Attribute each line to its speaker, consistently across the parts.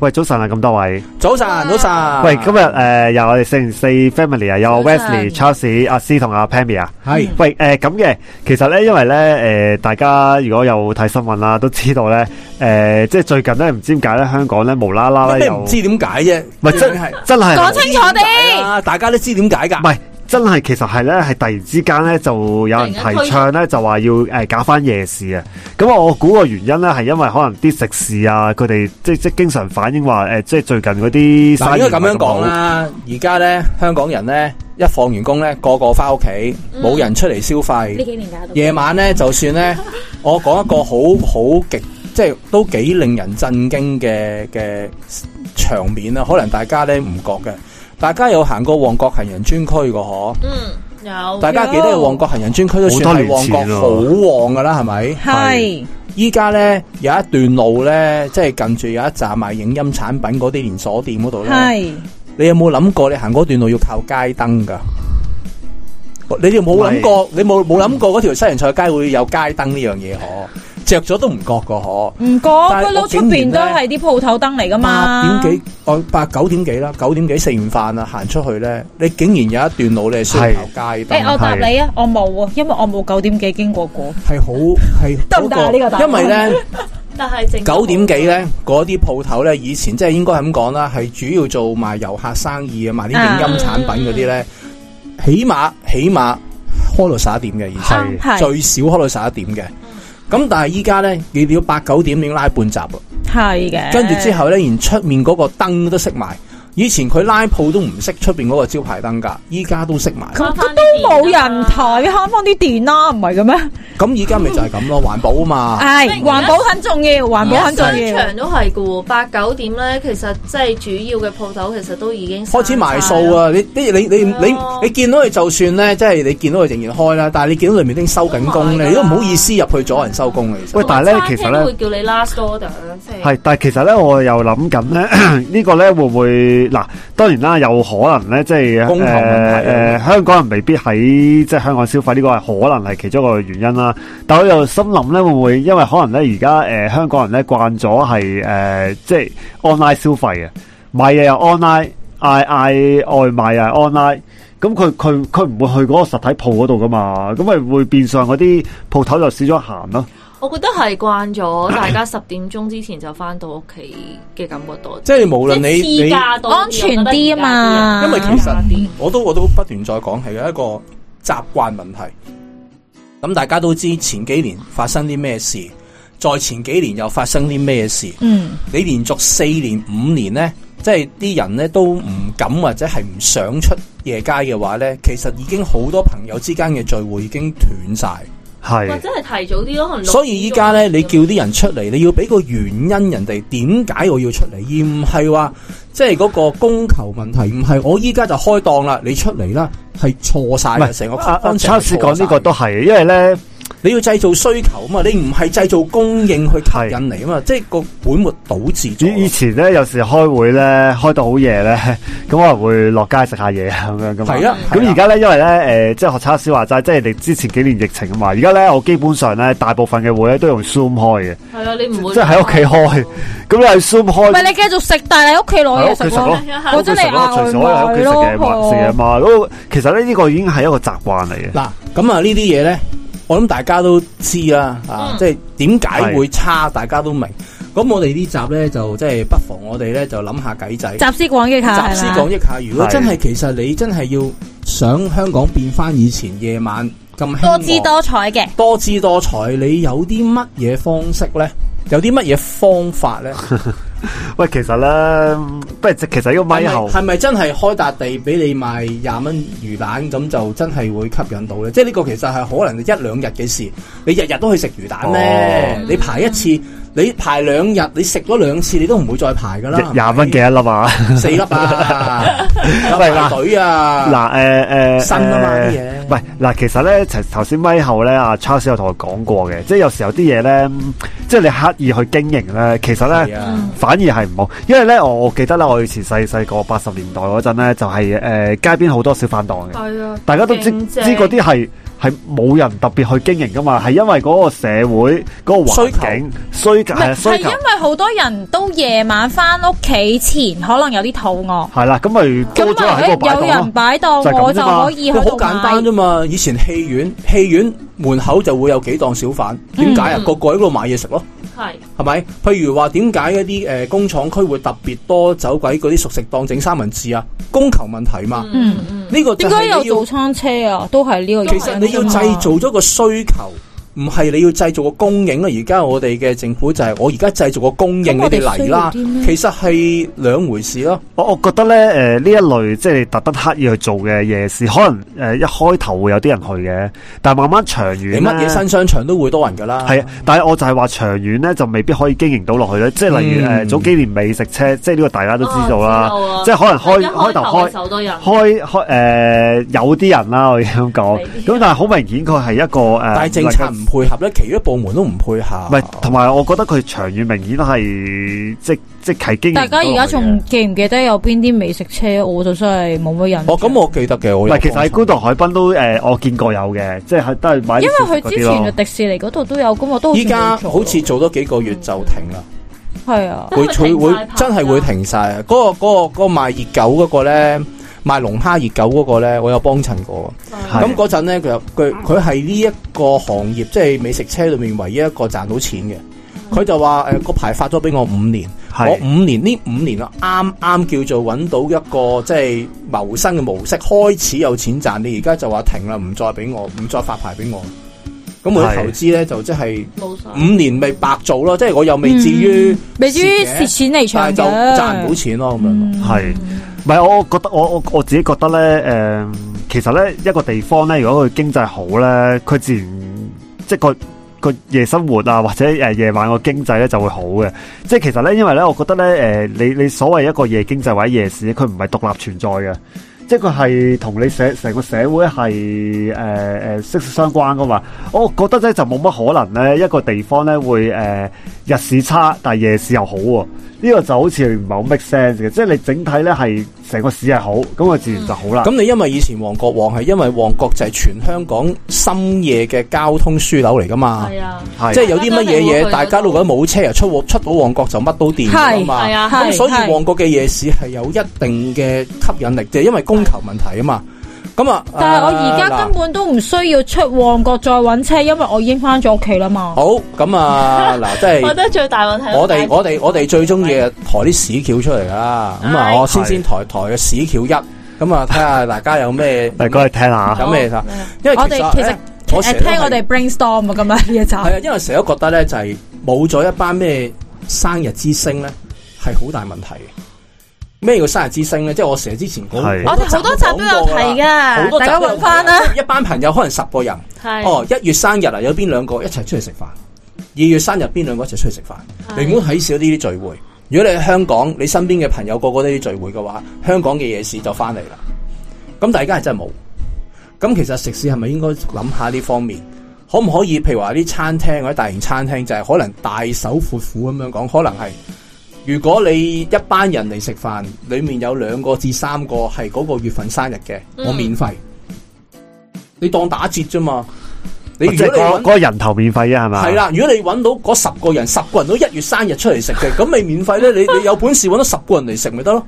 Speaker 1: 喂，早晨啊，咁多位，
Speaker 2: 早晨，早晨。
Speaker 1: 喂，今日诶又我哋四零四 family 啊，有
Speaker 3: 早晨
Speaker 1: Wesley、Charles、阿詩同阿 Pammy 啊。
Speaker 2: 系
Speaker 1: 喂，诶咁嘅，其實咧，因為咧，诶、大家如果有睇新聞啦，都知道咧，诶、即係最近咧，唔知點解咧，香港咧無啦啦咧
Speaker 2: 咩
Speaker 1: 又，嗯
Speaker 2: 唔知點解啫？
Speaker 1: 唔係真
Speaker 2: 係
Speaker 1: 真係啊
Speaker 3: 講清楚
Speaker 2: 點解
Speaker 3: 啲，
Speaker 2: 啊！大家都知點解㗎
Speaker 1: 唔。係真係，其實係咧，係突然之間咧，就有人提倡咧，就話要诶搞翻夜市啊。咁我估個原因咧，係因為可能啲食肆啊，佢哋即即經常反映話诶、誒即係最近嗰啲
Speaker 2: 嗱，
Speaker 1: 生意
Speaker 2: 應該咁樣
Speaker 1: 唔係好
Speaker 2: 講。啦。而家咧，香港人咧一放完工咧，個個翻屋企，
Speaker 3: 嗯
Speaker 2: 冇人出嚟消
Speaker 3: 呢
Speaker 2: 費。
Speaker 3: 幾年搞到
Speaker 2: 夜晚咧，就算咧，我講一個好好極，即係都幾令人震驚嘅嘅場面啦。可能大家咧唔覺嘅，大家有行過旺角行人專區個嗬？
Speaker 3: 嗯
Speaker 4: Dạ,
Speaker 3: 有，
Speaker 2: 大家記得旺角行人專區都
Speaker 1: 好
Speaker 2: 算
Speaker 1: 多
Speaker 2: 係
Speaker 1: 年
Speaker 2: 旺角
Speaker 1: 前咯
Speaker 2: 好旺噶啦，係咪？
Speaker 4: 係
Speaker 2: 依家咧有一段路咧，即係近住有一站賣影音產品嗰啲連鎖店嗰度咧，
Speaker 4: 係
Speaker 2: 你有冇諗過你行嗰段路要靠街燈噶？你哋冇諗過，你冇冇谂过嗰條西洋菜街會有街燈呢樣嘢可？着咗都唔覺噶可。
Speaker 4: 唔覺
Speaker 2: 但係
Speaker 4: 佢
Speaker 2: 我
Speaker 4: 佬出
Speaker 2: 竟然
Speaker 4: 邊都
Speaker 2: 呢
Speaker 4: 係啲鋪頭燈嚟噶
Speaker 2: 八
Speaker 4: 嘛？
Speaker 2: 點幾，哦八九點幾啦，九點幾食完飯啦，行出去咧，你竟然有一段路你係需要靠街
Speaker 4: 誒，
Speaker 2: 燈，
Speaker 4: 我答你啊，我冇啊，因為我冇九點幾經過過。
Speaker 2: 係好係
Speaker 4: 得唔得啊呢個答案
Speaker 2: 因為咧。
Speaker 3: 但係整
Speaker 2: 九點幾咧，嗰啲鋪頭咧，以前即係應該係咁講啦，係主要做賣遊客生意啊，賣啲影音產品嗰啲咧，起碼起碼開到十一點嘅，以前
Speaker 1: 係
Speaker 4: 係
Speaker 2: 最少開到十一點嘅。咁但係依家咧，你要八九點已經拉半閘啦，
Speaker 4: 係嘅。
Speaker 2: 跟住之後咧，連出面嗰個燈都熄埋。以前佢拉鋪都唔識出面嗰個招牌燈㗎，依家都熄埋。
Speaker 4: 咁都都冇人睇，慳翻啲電啦，唔係嘅咩？
Speaker 2: 咁依家咪就係咁咯，環保啊嘛。
Speaker 4: 係環保很重要，環保
Speaker 3: 而
Speaker 4: 很重
Speaker 3: 家商
Speaker 4: 要。
Speaker 3: 場都係嘅喎，八九點咧，其實即係主要嘅鋪頭，其實都已經
Speaker 2: 開始埋數
Speaker 3: 啊！
Speaker 2: 啊！你你你你
Speaker 3: 係
Speaker 2: 你
Speaker 3: 啊
Speaker 2: 你見到佢就算咧，即係你見到佢仍然開啦，但係你見到裏面已經收緊工咧，你都唔
Speaker 3: 啊
Speaker 2: 好意思入去阻人收工嘅。其實
Speaker 1: 喂，但係咧，其實
Speaker 3: 餐
Speaker 1: 咧
Speaker 3: 廳。會叫你 last order，即係
Speaker 1: 系，但系其實咧，我又諗緊咧，呢個 咧會唔會嗱？當然啦，有可能咧，即係
Speaker 2: 供求問題
Speaker 1: 誒
Speaker 2: 啊
Speaker 1: 誒香港人未必喺即係香港消費呢個係可能係其中一個原因啦。但我又心諗咧，會唔會因為可能咧而家誒香港人咧慣咗係誒即係 online 消費啊，買嘢又 online，嗌嗌外賣又 online。咁佢佢佢唔會去嗰個實體鋪嗰度噶嘛，咁咪會變相嗰啲鋪頭就少咗行咯。
Speaker 3: 我覺得係 慣咗，大家十點鐘之前就翻到屋企嘅感覺多啲，
Speaker 2: 即係無論你
Speaker 3: 即係
Speaker 2: 你
Speaker 3: 私，家多啲
Speaker 4: 安全啲啊嘛
Speaker 2: 因為其
Speaker 3: 我覺得而家啲人
Speaker 2: 實我都我都不斷再講係一個習慣問題。咁大家都知前幾年發生啲咩事，再前幾年又發生啲咩事。
Speaker 4: 嗯，
Speaker 2: 你連續四年五年呢，即係啲人呢都唔敢或者係唔想出夜街嘅話呢，其實已經好多朋友之間嘅聚會已經斷晒。
Speaker 1: 係
Speaker 3: 或者係提早啲咯，可能六
Speaker 2: 所以依家呢，
Speaker 3: 點鐘啊
Speaker 2: 你叫啲人出嚟，你要俾個原因人哋點解我要出嚟，而唔係話即係嗰個供求問題，唔係我依家就開檔啦，你出嚟啦，係錯晒嘅成個
Speaker 1: 阿阿
Speaker 2: concept 係
Speaker 1: 啊 Charles 講呢個都
Speaker 2: 錯晒
Speaker 1: 係，因為咧。
Speaker 2: 你要製造需求啊嘛，你唔係製造供應去吸引嚟啊嘛，即係個本末倒置咗。
Speaker 1: 以以前咧，有時開會咧， 開到好夜咧，咁可能會落街食下嘢咁樣噶嘛。
Speaker 2: 係啊係
Speaker 1: 咁
Speaker 2: 啊
Speaker 1: 而家咧，因為咧，誒、即係學叉小話齋，即係你之前幾年疫情啊嘛。而家咧，我基本上咧，大部分嘅會咧都用 Zoom 開嘅，
Speaker 3: 係啊，你唔會
Speaker 1: 即係喺屋企開。咁你喺 Zoom
Speaker 4: 唔係
Speaker 1: 開，
Speaker 4: 你繼續食，但係你屋企
Speaker 1: Ờ,
Speaker 4: 攞嘢食
Speaker 1: 係
Speaker 4: 咯
Speaker 1: 咯。
Speaker 4: 我真係嗌
Speaker 1: 隨手喺屋企食
Speaker 4: 外
Speaker 1: 嘅，
Speaker 4: 賣
Speaker 1: 食嘢
Speaker 4: 咯。
Speaker 1: 嘛。咁啊其實咧，呢個已經係一個習慣嚟嘅。
Speaker 2: 嗱，咁啊呢啲嘢咧，我諗大家都知啦，啊，
Speaker 3: 嗯
Speaker 2: 即係點解會差，大家都明。咁我哋呢集咧就即係不妨我哋咧就諗下計仔，
Speaker 4: 集思廣益下
Speaker 2: 集
Speaker 4: 係
Speaker 2: 思
Speaker 4: 嘛
Speaker 2: 廣益下。如果
Speaker 1: 係
Speaker 2: 真係其實你真係要想香港變翻以前夜晚咁興
Speaker 4: 多
Speaker 2: 旺
Speaker 4: 姿多彩嘅。
Speaker 2: 多姿多彩，你有啲乜嘢方式咧？有啲乜嘢方法咧？
Speaker 1: 喂，其實咧，不如即其實呢個 咪後
Speaker 2: 係咪真係開笪地俾你賣廿蚊魚蛋咁就真係會吸引到咧？即係呢個其實係可能一兩日嘅事，你日日都去食魚蛋咩？
Speaker 1: 哦
Speaker 2: 你排一次，你排兩日，你食咗兩次，你都唔會再排噶啦。係咪
Speaker 1: 廿廿蚊幾一粒啊？
Speaker 2: 四粒啊，有
Speaker 1: 喂嗱
Speaker 2: 排隊啊，
Speaker 1: 嗱呃誒誒，
Speaker 2: 新啊嘛啲嘢
Speaker 1: 誒唔係嗱，其實咧，頭頭先咪後咧，阿 Charles 有同我講過嘅，即係有時候啲嘢咧，即係你刻意去經營咧，其實咧。
Speaker 2: 係啊，
Speaker 1: 反而係唔好，因為咧，我我記得咧，我以前細細個呃八十年代嗰陣咧，就係、誒、街邊好多小販檔嘅，
Speaker 3: 係啊，
Speaker 1: 大家都知
Speaker 3: 勁
Speaker 1: 知
Speaker 3: 正
Speaker 1: 嗰啲係係冇人特別去經營噶嘛，係因為嗰個社會嗰、個環境需求
Speaker 4: 唔
Speaker 1: 係啊
Speaker 4: 係，係
Speaker 1: 需
Speaker 4: 因
Speaker 1: 求
Speaker 4: 為好多人都夜晚翻屋企前，可能有啲肚餓，
Speaker 1: 係啦，咁咪多
Speaker 4: 咁
Speaker 1: 咗人喺嗰
Speaker 4: 咪
Speaker 1: 個擺
Speaker 4: 誒有
Speaker 1: 檔
Speaker 4: 人
Speaker 1: 咯。
Speaker 4: 擺檔，
Speaker 1: 就係咁啫嘛
Speaker 4: 我就可以去
Speaker 2: 好
Speaker 4: 度
Speaker 2: 簡單
Speaker 4: 買。
Speaker 2: 啫嘛。以前戲院戲院門口就會有幾檔小販，點解啊？
Speaker 3: 嗯
Speaker 2: 個個喺度買嘢食咯。
Speaker 3: 係
Speaker 2: 係咪？譬如話點解嗰啲誒工廠區會特別多走鬼嗰啲熟食檔整三文治啊？供求問題嘛，呢、
Speaker 3: 嗯
Speaker 4: 嗯
Speaker 3: 嗯，
Speaker 2: 個就
Speaker 4: 點
Speaker 2: 係
Speaker 4: 解有
Speaker 2: 你要
Speaker 4: 早餐車啊？都係呢個原
Speaker 2: 其
Speaker 4: 因
Speaker 2: 實你要
Speaker 4: 啫嘛
Speaker 2: 製造咗個需求，唔係你要製造個供應啊！而家我哋嘅政府就係我而家製造個供應，
Speaker 4: 咁
Speaker 2: 你
Speaker 4: 我哋
Speaker 2: 哋嚟啦。
Speaker 4: 需要啲咩
Speaker 2: 其實係兩回事咯。
Speaker 1: 我我覺得咧，誒、呢一類即係特登刻意去做嘅夜市，可能誒、呃一開頭會有啲人去嘅，但係慢慢長遠
Speaker 2: 你
Speaker 1: 咧
Speaker 2: 乜嘢新商場都會多人噶啦。
Speaker 1: 係啊，但係我就係話長遠咧就未必可以經營到落去咧，即係例如誒、
Speaker 2: 嗯
Speaker 1: 早幾年美食車，即係呢個大家都知道啦，
Speaker 3: 哦知道啊
Speaker 1: 即係可能開
Speaker 3: 一
Speaker 1: 開
Speaker 3: 開
Speaker 1: 頭
Speaker 3: 頭
Speaker 1: 開
Speaker 3: 係。手多人，
Speaker 1: 開開诶、呃有啲人啦，我咁講，
Speaker 3: 你
Speaker 1: 咁但係好明顯佢係一個诶，
Speaker 2: 但係政策唔配合咧，其餘部門都唔配合。
Speaker 1: 唔係，同埋我覺得佢長遠明顯係即即係經營
Speaker 4: 大
Speaker 1: 唔到落
Speaker 4: 家
Speaker 1: 去嘅
Speaker 4: 而家
Speaker 2: 哦啊
Speaker 4: 仲記唔記得有邊啲美食車？我就真係冇乜印象。
Speaker 2: 哦，咁我記得嘅，
Speaker 1: 唔
Speaker 2: 我有
Speaker 1: 係，其實喺
Speaker 2: 幫
Speaker 1: 觀塘海濱都诶、我見過有嘅，即係都係買啲
Speaker 4: 因
Speaker 1: 小食
Speaker 4: 為
Speaker 1: 嗰
Speaker 4: 佢之
Speaker 1: 啲咯
Speaker 4: 前嘅迪士尼嗰度都有，咁我
Speaker 2: 手
Speaker 4: 都好似
Speaker 2: 依家
Speaker 4: 冇做
Speaker 2: 好似做多幾個月就停啦。
Speaker 4: 係啊，
Speaker 2: 會
Speaker 3: 真
Speaker 2: 佢
Speaker 3: 係停晒
Speaker 2: 會
Speaker 3: 牌㗎
Speaker 2: 真係會停晒啊！嗰、個嗰、個嗰、個賣熱狗嗰個咧，賣龍蝦熱狗嗰個咧，我有幫襯過。
Speaker 1: 係
Speaker 2: 咁嗰陣咧，佢又佢佢係呢一個行業，即係美食車裏面唯一一個賺到錢嘅。佢就話誒個牌發咗俾我五年，
Speaker 1: 係
Speaker 2: 我五年呢五年啊，啱啱叫做揾到一個即係謀生嘅模式，開始有錢賺。你而家就話停啦，唔再俾我，唔再發牌俾我。咁我啲
Speaker 1: 係
Speaker 2: 投資咧就即係
Speaker 3: 冇晒
Speaker 2: 五年咪白做咯，即係我又未至於、
Speaker 4: 嗯未至於蝕錢離場
Speaker 2: 但係就
Speaker 4: 嘅，
Speaker 2: 賺唔到錢咯咁樣咯。
Speaker 4: 嗯
Speaker 1: 係，唔係我覺得我我我自己覺得咧，誒、其實咧一個地方咧，如果佢經濟好咧，佢自然即係個個夜生活啊，或者誒夜晚個經濟咧就會好嘅。即係其實咧，因為咧，我覺得咧，誒、你你所謂一個夜經濟或者夜市，佢唔係獨立存在嘅。即係佢係同你社成個社會係誒誒息息相關噶嘛，我覺得咧就冇乜可能咧一個地方咧會誒、呃日市差，但係夜市又好喎、呢、個就好似唔係好 make sense 嘅，即係你整體咧係成個市係好，咁佢自然就好啦。
Speaker 2: 咁你因為以前旺角旺係因為旺角就係全香港深夜嘅交通樞紐嚟噶嘛，
Speaker 3: 係啊，
Speaker 1: 係
Speaker 2: 即係有啲乜嘢嘢大
Speaker 3: 大
Speaker 2: 家
Speaker 3: 家
Speaker 2: 都
Speaker 3: 都
Speaker 2: 覺
Speaker 3: 會
Speaker 2: 得冇車啊，出旺出到旺角就乜都掂㗎嘛
Speaker 3: 係。啊
Speaker 2: 咁所以
Speaker 4: 係
Speaker 2: 旺角嘅夜市係有一定嘅吸引力嘅，因為供求問題啊嘛。咁啊，
Speaker 4: 但係我而家
Speaker 2: 啊
Speaker 4: 根本都唔需要出旺角再揾車，因為我已經翻咗屋企啦嘛。
Speaker 2: 好咁 啊，嗱，即
Speaker 3: 我覺
Speaker 2: 係。
Speaker 3: 得最大問題，
Speaker 2: 我哋我哋我哋最中意係抬啲屎橋出嚟啦，咁啊
Speaker 3: 係
Speaker 2: 我先先抬抬嘅屎橋一，咁啊睇下大家有咩，
Speaker 1: 大家去聽下，
Speaker 2: 有咩
Speaker 3: 好
Speaker 2: 啊因為
Speaker 4: 我哋其實
Speaker 2: 呢我成
Speaker 4: 誒
Speaker 2: 日都
Speaker 4: 聽我
Speaker 2: 係
Speaker 4: 哋 brainstorm 啊，咁 啊呢一集
Speaker 2: 系啊，因為成日都覺得咧，就係冇咗一班咩生日之星咧，係好大問題嘅。咩叫生日之星咧？即係我成日之前講，
Speaker 1: 係
Speaker 4: 我哋好多集都有提
Speaker 2: 好
Speaker 4: 噶，
Speaker 2: 多集
Speaker 4: 大
Speaker 2: 都有
Speaker 4: 家
Speaker 2: 提
Speaker 4: 揾翻啦。。
Speaker 2: 一班朋友可能十個人，
Speaker 3: 係
Speaker 2: 哦，一月生日啊，有邊兩個一齊出去食飯？二月生日邊兩個一齊出去食飯？
Speaker 3: 係
Speaker 2: 你唔好睇少呢啲聚會。如果你喺香港，你身邊嘅朋友個個都呢啲聚會嘅話，香港嘅夜市就翻嚟啦。咁大家係真係冇。咁其實食肆係咪應該諗下呢方面？可唔可以譬如話啲餐廳或者大型餐廳，就係可能大手闊斧咁樣講，可能係如果你一班人嚟食飯，裡面有兩個至三個係嗰個月份生日嘅，
Speaker 3: 嗯
Speaker 2: 我免費，你當打折啫嘛。你如
Speaker 1: 即
Speaker 2: 果
Speaker 1: 係
Speaker 2: 你
Speaker 1: 嗰
Speaker 2: 揾
Speaker 1: 嗰個人頭免費啊啫，係嘛？
Speaker 2: 系，啦，如果你揾到嗰十個人，十個人都一月生日出嚟食嘅，咁咪免費咧？你你有本事揾到十個人嚟食咪得咯？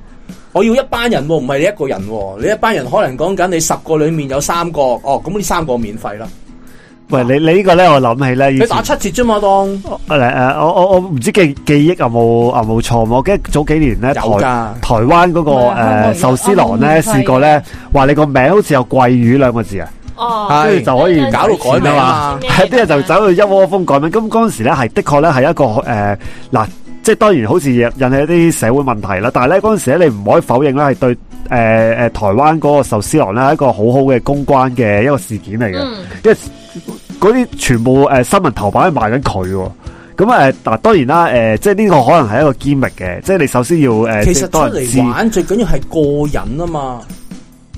Speaker 2: 我要一班人喎，唔係你一個人喎。你一班人可能講緊你十個里面有三個，哦，咁呢三個免費啦，
Speaker 1: 喂，你你呢個咧，我諗起咧，以
Speaker 2: 你
Speaker 1: 前
Speaker 2: 打七折啫嘛，當
Speaker 1: 誒誒，哦呃我我我唔知記記憶有冇有冇錯，我記得早幾年咧台
Speaker 2: 有㗎
Speaker 1: 台灣嗰個
Speaker 4: 唔係香
Speaker 1: 誒
Speaker 4: 港而家
Speaker 1: 壽司郎咧
Speaker 4: 啱啱免費
Speaker 1: 試過咧，話你個名好似有鮭魚兩個字啊，
Speaker 3: 哦，
Speaker 1: 跟住
Speaker 2: 係
Speaker 1: 就可以
Speaker 3: 搞
Speaker 2: 到改名啊嘛
Speaker 1: 係啲人就走去一窩蜂改名。咁嗰陣時咧，係的確咧係一個誒嗱、即係當然好似引起一啲社會問題啦。但係咧嗰陣時咧，你唔可以否認咧係對誒誒、呃台灣嗰個壽司郎咧係一個好好嘅公關嘅一個事件嚟嘅，
Speaker 3: 嗯
Speaker 1: 因為嗰啲全部誒、呃新聞頭版係賣緊佢喎。咁誒嗱，當然啦，誒、呃即係呢個可能係一個 g 密嘅，即係你首先要誒，呃
Speaker 2: 其
Speaker 1: 即
Speaker 2: 實
Speaker 1: 係
Speaker 2: 出
Speaker 1: 多人知
Speaker 2: 嚟玩最緊要係過癮啊嘛，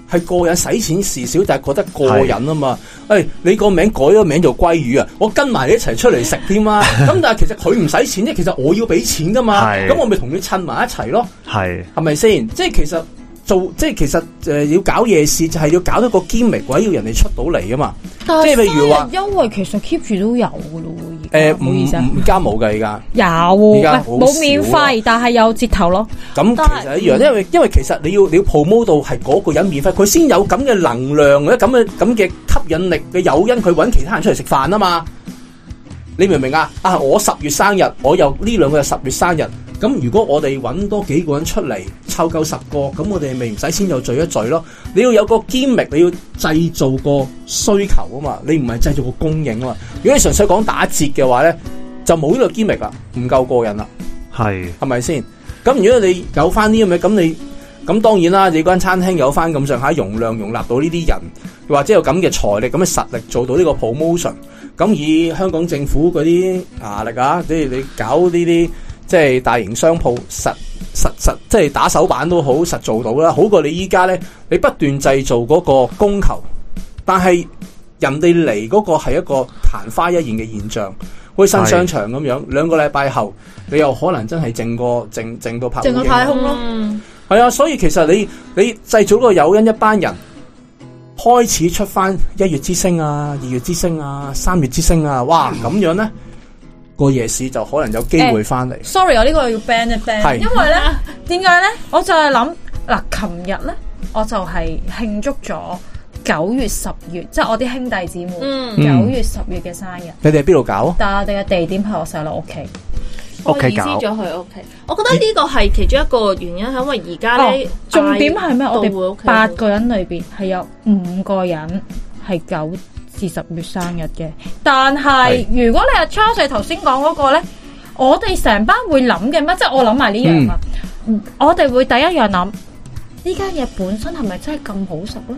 Speaker 2: 係過癮，使錢事少，但係覺得過癮啊嘛。誒、你個名改咗名做鮭魚啊，我跟埋你一齊出嚟食添啊。咁 但係其實佢唔使錢啫，其實我要俾錢噶嘛，
Speaker 1: 係
Speaker 2: 咁我咪同佢襯埋一齊咯，
Speaker 1: 係
Speaker 2: 係咪先？即係其實。做即係其實诶、呃要搞夜市就係要搞一個 g i m 或者要人哋出到嚟啊嘛。
Speaker 4: 但
Speaker 2: 即係譬如話
Speaker 4: 生日優惠其實 keep 住都有噶咯喎，而
Speaker 2: 诶、
Speaker 4: 家唔好意思啊，
Speaker 2: 呃唔而家冇㗎，而家。
Speaker 4: 有
Speaker 2: 而家
Speaker 4: 唔
Speaker 2: 好
Speaker 4: 係冇免
Speaker 2: 少啊
Speaker 4: 費，但係有折頭咯。
Speaker 2: 咁
Speaker 4: 但係
Speaker 2: 其實一樣，因為因為其實你要你要 promote 到係嗰個人免費，佢先有咁嘅能量嘅咁嘅咁嘅吸引力嘅誘因，佢揾其他人出嚟食飯啊嘛。你明唔明啊？啊，我十月生日，我又呢兩個又十月生日。咁如果我哋揾多幾個人出嚟，湊夠十個，咁我哋咪唔使先有聚一聚咯。你要有個 g i 你要製造個需求啊嘛，你唔係製造個供應啊嘛。如果你純粹講打折嘅話咧，就冇呢個 g i 啦，唔夠過癮啦。
Speaker 1: 系
Speaker 2: 係咪先？咁如果你有翻呢咁嘅，咁你咁當然啦，你間餐廳有翻咁上下容量容納到呢啲人，或者有咁嘅財力、咁嘅實力做到呢個 promotion，咁以香港政府嗰啲壓力啊，即係你搞呢啲即係大型商鋪實。實實即係打手板都好，實做到啦，好過你依家呢，你不斷製造嗰個供求，但係人哋嚟嗰個係一個曇花一現嘅現象，好似新
Speaker 1: 係
Speaker 2: 商場咁樣，兩個禮拜後你又可能真係靜過靜靜到啊拍
Speaker 5: 淨個
Speaker 2: 烏蠅
Speaker 5: 太空咯。
Speaker 3: 嗯
Speaker 2: 系啊，所以其實你你製造嗰個誘因，一班人開始出翻一月之星啊、二月之星啊、三月之星啊，哇咁樣咧個夜市就可能有機會翻嚟。
Speaker 4: Sorry，我呢個要 ban 一 ban，
Speaker 2: 係
Speaker 4: 因為咧點解咧？我就係諗嗱，琴日咧我就係慶祝咗九月、十月，即係我啲兄弟姊妹
Speaker 3: 嗯，
Speaker 4: 九月、十月嘅生日，
Speaker 2: 你哋喺邊度搞啊？
Speaker 4: 但係我哋嘅地點係我細佬屋企。
Speaker 1: 屋企
Speaker 3: 我移
Speaker 1: 搞
Speaker 3: 咗去屋企。我覺得呢個係其中一個原因，係因為而家咧
Speaker 4: 哦，重點係咩？
Speaker 3: 嗌
Speaker 4: 我
Speaker 3: 到會屋
Speaker 4: 哋
Speaker 3: 企
Speaker 4: 八個人裏邊係有五個人係九至十月生日嘅，但係如果你係 Charles 頭先講嗰個咧，我哋成班會諗嘅咩？即係我諗埋呢
Speaker 2: 嗯
Speaker 4: 樣啊！我哋會第一樣諗呢間嘢本身係咪真係咁好食咧？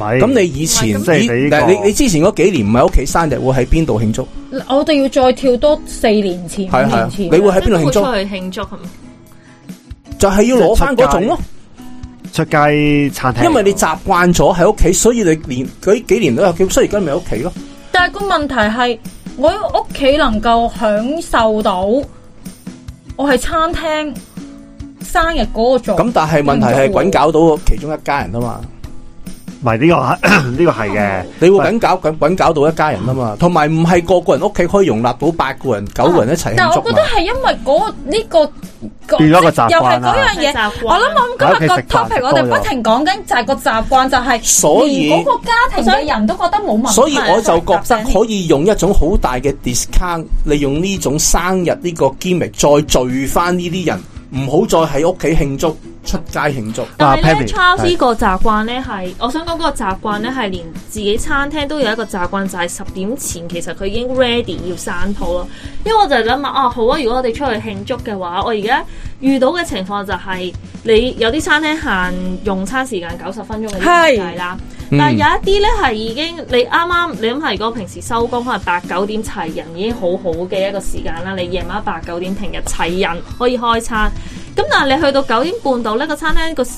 Speaker 1: 咪
Speaker 2: 咁你以前
Speaker 1: 唔係咁
Speaker 2: 以
Speaker 1: 即係你呢
Speaker 2: 嗱
Speaker 1: 個
Speaker 2: 你你之前嗰幾年唔喺屋企生日會喺邊度慶祝？
Speaker 4: 我哋要再跳多四年前、
Speaker 2: 係
Speaker 4: 五
Speaker 2: 啊係
Speaker 4: 年
Speaker 2: 啊，
Speaker 4: 前，
Speaker 2: 你會喺邊度
Speaker 3: 即
Speaker 2: 慶祝？
Speaker 3: 係豁出去慶祝係咪？
Speaker 2: 就係要攞翻嗰種咯，
Speaker 1: 出街餐廳，
Speaker 2: 因為你習慣咗喺屋企，所以你連佢幾年都有，所以而家咪喺屋企咯。
Speaker 4: 但係個問題係，我喺屋企能夠享受到，我係餐廳生日嗰個做。
Speaker 2: 咁但係問題
Speaker 1: 嗯
Speaker 2: 係滾搞到其中一家人啊嘛。
Speaker 1: 唔係呢個係 呢個係嘅，
Speaker 2: 你會揾搞緊揾搞到一家人啊嘛，同埋唔係個個人屋企可以容納到八個人、九個人一齊
Speaker 4: 但
Speaker 2: 慶
Speaker 4: 係
Speaker 2: 祝
Speaker 4: 我覺
Speaker 2: 嘛
Speaker 4: 得。係因為嗰、呢、個個
Speaker 1: 變咗一個
Speaker 4: 即係
Speaker 1: 習
Speaker 4: 又
Speaker 1: 慣
Speaker 4: 係
Speaker 1: 啦
Speaker 4: 嗰樣嘢。
Speaker 3: 習慣
Speaker 4: 我諗我諗今日
Speaker 1: 喺屋
Speaker 4: 個
Speaker 1: 企食飯
Speaker 4: topic 我哋
Speaker 1: 多咗
Speaker 4: 不停講緊就係個習慣，就係
Speaker 2: 所以
Speaker 4: 連嗰個家庭嘅人都覺得冇問題。
Speaker 2: 所以我就覺得
Speaker 4: 好
Speaker 2: 可以用一種好大嘅 discount，利用呢種生日呢個 gimmick 再聚翻呢啲人，唔好再喺屋企慶祝，出街慶祝。
Speaker 3: 但
Speaker 1: 嗱
Speaker 3: 係咧
Speaker 1: ，Pammy，
Speaker 3: ，Charles
Speaker 1: 係
Speaker 3: 呢個習慣咧係，我想講嗰個習慣咧係連自己餐廳都有一個習慣，就係十點前其實佢已經 ready 要散鋪咯。因為我就係諗下啊，好啊，如果我哋出去慶祝嘅話，我而家遇到嘅情況就係、你有啲餐廳限用餐時間九十分鐘嘅
Speaker 4: 係
Speaker 3: 設計啦。
Speaker 4: 嗯
Speaker 3: 但係有一啲咧係已經你啱啱你諗係如果平時收工可能八九點齊人已經好好嘅一個時間啦，你夜晚八九點平日齊人可以開餐。咁但係你去到九點半度呢個餐廳個誒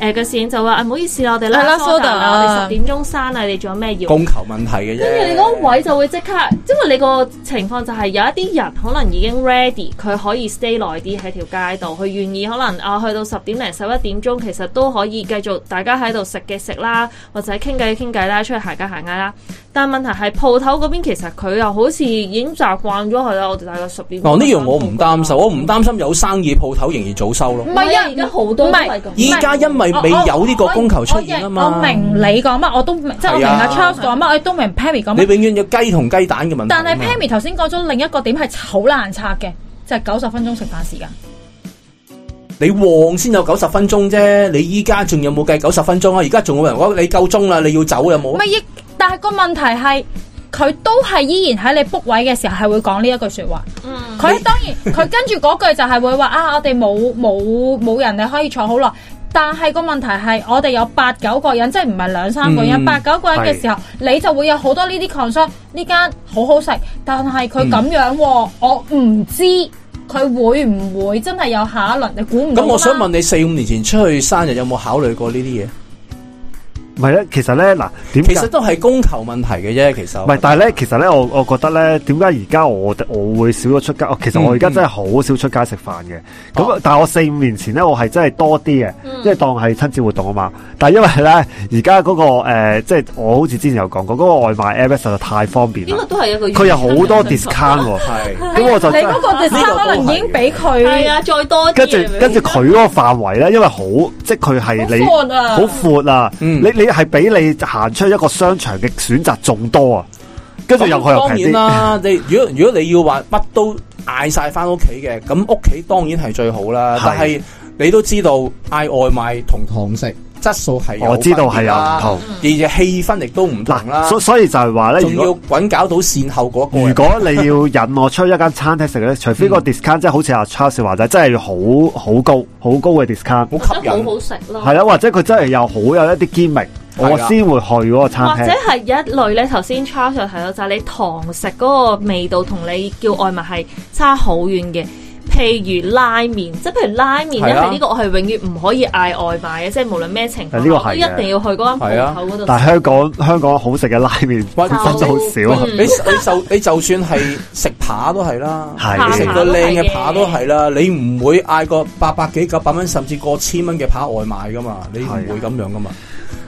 Speaker 3: 嘅侍應就話：啊唔好意思啦，我哋
Speaker 4: 係啦
Speaker 3: 啦
Speaker 4: soda
Speaker 3: 啦，我哋十點鐘閂啦，你仲有咩要？
Speaker 2: 供求問題嘅啫。
Speaker 3: 跟住你嗰個位就會即刻，因為你個情況就係有一啲人可能已經 ready，佢可以 stay 耐啲喺條街度，佢願意可能啊去到十點零十一點鐘，其實都可以繼續大家喺度食嘅食啦，或者傾偈嘅傾偈啦，出去行街行街啦。但問題係鋪頭嗰邊其實佢又好似已經習慣咗佢啦，我哋大概十點。
Speaker 2: 哦，呢樣我唔擔心，我唔擔心有生意鋪頭仍然早收咯。
Speaker 4: 唔
Speaker 3: 唔
Speaker 4: 係
Speaker 3: 係
Speaker 4: 啊
Speaker 3: 啊，而家好多
Speaker 4: 唔
Speaker 3: 都
Speaker 4: 係
Speaker 3: 係咁。
Speaker 2: 依家因為未有呢個供求出現啊嘛。
Speaker 4: 我明你講乜，我都明，即係我明阿
Speaker 2: 係
Speaker 4: Charles
Speaker 2: 啊
Speaker 4: 講乜，我亦都明 Pammy 講
Speaker 2: 你
Speaker 4: 乜。
Speaker 2: 永遠有雞同雞蛋嘅問題啊嘛。
Speaker 4: 但係 Pammy 頭先講咗另一個點係好難拆嘅，就係九十分鐘食飯時間。
Speaker 2: 你旺先有九十分鐘啫，你依家仲有冇計九十分鐘啊？而家仲有人話你夠鐘啦，你要走有冇
Speaker 4: 唔？係，亦但係個問題係，佢都係依然喺你 book 位嘅時候係會講呢一句说話。
Speaker 3: 嗯
Speaker 4: 佢當 然，佢跟住嗰句就係會話啊，我哋冇冇冇人你可以坐好耐。但係個問題係，我哋有八九個人，即係唔係兩三個人，
Speaker 2: 嗯
Speaker 4: 八九個人嘅時候，你就會有好多呢啲 concern。呢間好好食，但係佢
Speaker 2: 嗯
Speaker 4: 咁樣喎，我唔知佢會唔會真係有下一輪，你估唔到
Speaker 2: 咁我
Speaker 4: 㗎嘛
Speaker 2: 想問你，四五年前出去生日有冇考慮過呢啲嘢？
Speaker 1: 唔係咧，其實咧嗱，點解
Speaker 2: 其實？都係供求問題嘅啫，其實
Speaker 1: 唔係，但係咧，其實咧，我我覺得咧，點解而家我我會少咗出街？哦
Speaker 2: 嗯
Speaker 1: 其實我而家真係好少出街食飯
Speaker 2: 哦
Speaker 1: 嘅。咁、啊但係我四五年前咧，我係真係多啲嘅，
Speaker 3: 嗯
Speaker 1: 因為當係親子活動啊嘛。但係因為咧，而家嗰個、呃、即係我好似之前有講過，嗰、個外賣 app 實在太方便
Speaker 3: 呢
Speaker 1: 啦
Speaker 3: 個。都係一個原因
Speaker 1: 佢有好多 discount 喎，
Speaker 2: 係
Speaker 1: 咁我就
Speaker 4: 哎
Speaker 1: 真
Speaker 4: 你
Speaker 1: 係
Speaker 4: 嗰個 discount 可能已經俾
Speaker 3: 係
Speaker 4: 佢
Speaker 3: 啊，再多啲
Speaker 1: 跟住
Speaker 3: 你明唔明
Speaker 1: 跟住佢嗰個範圍咧，因為好即係佢係你
Speaker 4: 好闊啊
Speaker 1: 好闊啊！
Speaker 2: 嗯
Speaker 1: 你你係俾你行出一個商場嘅選擇仲多啊！跟住又佢又
Speaker 2: 當
Speaker 1: 平
Speaker 2: 然
Speaker 1: 啲，
Speaker 2: 啦，你如果如果你要話乜都嗌晒翻屋企嘅，咁屋企當然係最好啦
Speaker 1: 係。
Speaker 2: 但係你都知道嗌外賣同堂食質素係有
Speaker 1: 我知道係有唔
Speaker 2: 分別啦，
Speaker 1: 同
Speaker 2: 而且氣氛亦都唔同
Speaker 1: 嗱，
Speaker 2: 啦
Speaker 1: 所。所以就係話咧，
Speaker 2: 仲
Speaker 1: 如
Speaker 2: 要
Speaker 1: 果
Speaker 2: 揾搞到善後嗰個人。
Speaker 1: 如果你要引我出一間餐廳食咧，除非
Speaker 2: 嗯
Speaker 1: 個 discount 即係好似阿 Charles 話齋，真係要好好高好高嘅 discount，
Speaker 2: 好
Speaker 3: 覺
Speaker 2: 吸
Speaker 3: 得好
Speaker 2: 引，
Speaker 3: 好食咯。
Speaker 1: 係啦，或者佢真係有好有一啲堅明，
Speaker 2: 啊
Speaker 1: 我先會去嗰個餐
Speaker 3: 或者
Speaker 1: 廳。
Speaker 3: 係啊一類咧，頭先 Charles 有提到就係你堂食嗰個味道同你叫外賣係差好遠嘅。譬如拉麵，即係譬如拉麵
Speaker 2: 係
Speaker 3: 咧，
Speaker 2: 啊
Speaker 3: 係呢個我係永遠唔可以嗌外賣嘅，即係無論咩情況，
Speaker 1: 呢個係
Speaker 3: 我都一定要去嗰間
Speaker 2: 係啊
Speaker 3: 鋪頭嗰度
Speaker 1: 但係
Speaker 3: 食。
Speaker 1: 香港香港好食嘅拉麵本
Speaker 2: 喂
Speaker 1: 身就好
Speaker 2: 喂
Speaker 1: 少啊，
Speaker 3: 嗯
Speaker 2: 你你就你就算係食扒都係啦，
Speaker 1: 係
Speaker 2: 食個靚嘅扒都係啦，你唔會嗌個八百幾九百蚊甚至過千蚊嘅扒外賣噶嘛，你唔
Speaker 1: 係啊
Speaker 2: 會咁樣噶嘛。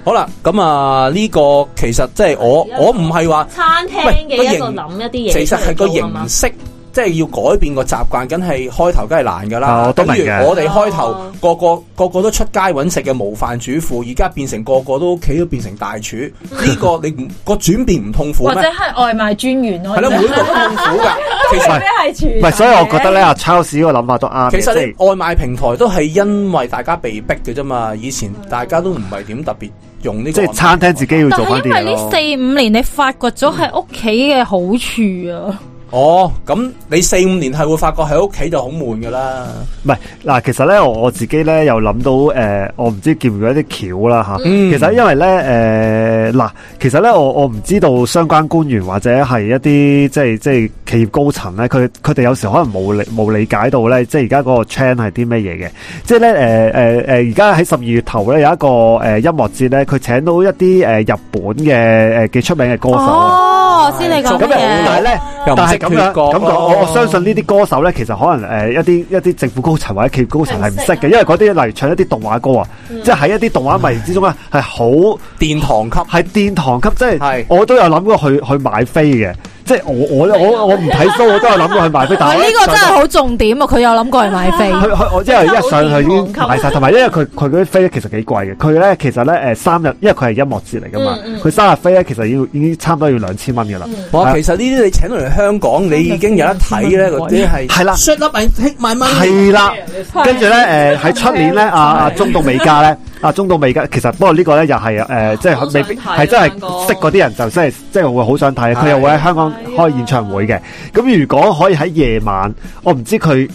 Speaker 2: 好啦，咁啊呢個其實即係我
Speaker 1: 啊
Speaker 2: 我唔係話，
Speaker 3: 餐廳嘅一個
Speaker 2: 喂個形
Speaker 3: 諗一啲嘢，
Speaker 2: 其實係個形
Speaker 3: 式。
Speaker 2: 式。即係要改變個習慣，梗係開頭梗係難噶
Speaker 1: 啊
Speaker 2: 啦。
Speaker 1: 我都明嘅
Speaker 2: 等於我哋開頭
Speaker 3: 哦
Speaker 2: 個個個個都出街揾食嘅模範主婦，而家變成個個都屋企都變成大廚。呢個你唔個轉變唔痛苦
Speaker 4: 或
Speaker 2: 咩
Speaker 4: 者？係外賣專員 咯，
Speaker 2: 係啦，每個都痛苦 噶。其 實
Speaker 4: 咩係廚？
Speaker 1: 唔係，所以我覺得咧，，
Speaker 4: 嗯
Speaker 1: 阿 Charles 嗰個諗法都啱嘅。
Speaker 2: 其實
Speaker 1: 即
Speaker 2: 你
Speaker 1: 係
Speaker 2: 外賣平台都係因為大家被逼嘅啫嘛。以前大家都唔係點特別用呢
Speaker 1: 即
Speaker 2: 個外賣
Speaker 1: 係
Speaker 2: 平台，
Speaker 1: 餐廳自己要
Speaker 4: 但
Speaker 1: 做翻
Speaker 4: 係
Speaker 1: 啲
Speaker 4: 因
Speaker 1: 嘢
Speaker 4: 為呢
Speaker 1: 咯
Speaker 4: 四。五年，你發掘咗喺屋企嘅好處啊，
Speaker 2: 哦。咁你四五年係會發覺喺屋企就好悶噶啦。
Speaker 1: 唔係嗱，其實咧我我自己咧又諗到誒、呃我唔知叫唔叫一啲橋啦吓。
Speaker 2: 嗯
Speaker 1: 其實因為咧誒嗱，其實咧我我唔知道相關官員或者係一啲即係即係企業高層咧，佢佢哋有時可能冇理冇理解到咧，即係而家嗰個 trend 係啲咩嘢嘅。即係咧誒誒誒，而家喺十二月頭咧有一個誒、呃音樂節咧，佢請到一啲誒、呃日本嘅誒幾出名嘅歌手啊。
Speaker 4: 哦，知你講
Speaker 1: 咁又但
Speaker 4: 乜
Speaker 1: 係
Speaker 4: 嘢？
Speaker 1: 咧，
Speaker 2: 又唔
Speaker 1: 但係
Speaker 2: 識
Speaker 1: 咁樣
Speaker 2: 脫角
Speaker 1: 咁講，我我
Speaker 2: 咯
Speaker 1: 相信呢啲歌手咧，其實可能誒、呃一啲一啲政府高層或者企業高層係唔識嘅，因為嗰啲例如唱一啲動畫歌啊，即係喺一啲動畫迷之中咧係好
Speaker 2: 殿堂級
Speaker 1: 係殿堂級，即係
Speaker 2: 係
Speaker 1: 我都有諗過去去買飛嘅，即係我我我我唔睇 show，我都有諗過去買飛，但係我
Speaker 4: 喂，
Speaker 1: 一
Speaker 4: 呢個真係
Speaker 1: 上到
Speaker 4: 好重點啊！佢有諗過嚟買飛，
Speaker 1: 佢佢我因為一上去已經買晒，同埋因為佢佢嗰啲飛咧其實幾貴嘅，佢咧其實咧誒三日，因為佢係音樂節嚟噶嘛
Speaker 3: 嗯嗯，
Speaker 1: 佢三日飛咧其實要已經差唔多要兩千蚊噶啦。
Speaker 2: 哇！其實呢啲你請到嚟香港，你已經有得睇咧。嗰啲係
Speaker 1: 係啦
Speaker 2: shut up and take my money。
Speaker 1: 係啦， 跟住咧，誒喺出年 咧，阿阿中島美嘉咧，阿中島美嘉，其實不過呢個咧又係誒，即係未必
Speaker 3: 好想睇啊
Speaker 1: 係真係
Speaker 3: 香港
Speaker 1: 識嗰啲人就真係即係會好想睇，啊
Speaker 2: 係
Speaker 1: 佢又會喺香
Speaker 3: 啊
Speaker 1: 港開演唱會嘅。咁如果可以喺夜晚，我唔知佢。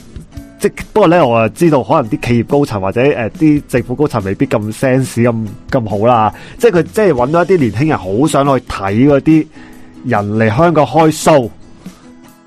Speaker 1: 即不過咧，我啊知道可能啲企業高層或者誒啲、政府高層未必咁 sense 咁咁好啦，即係佢即係揾到一啲年輕人好想去睇嗰啲人嚟香港開 show，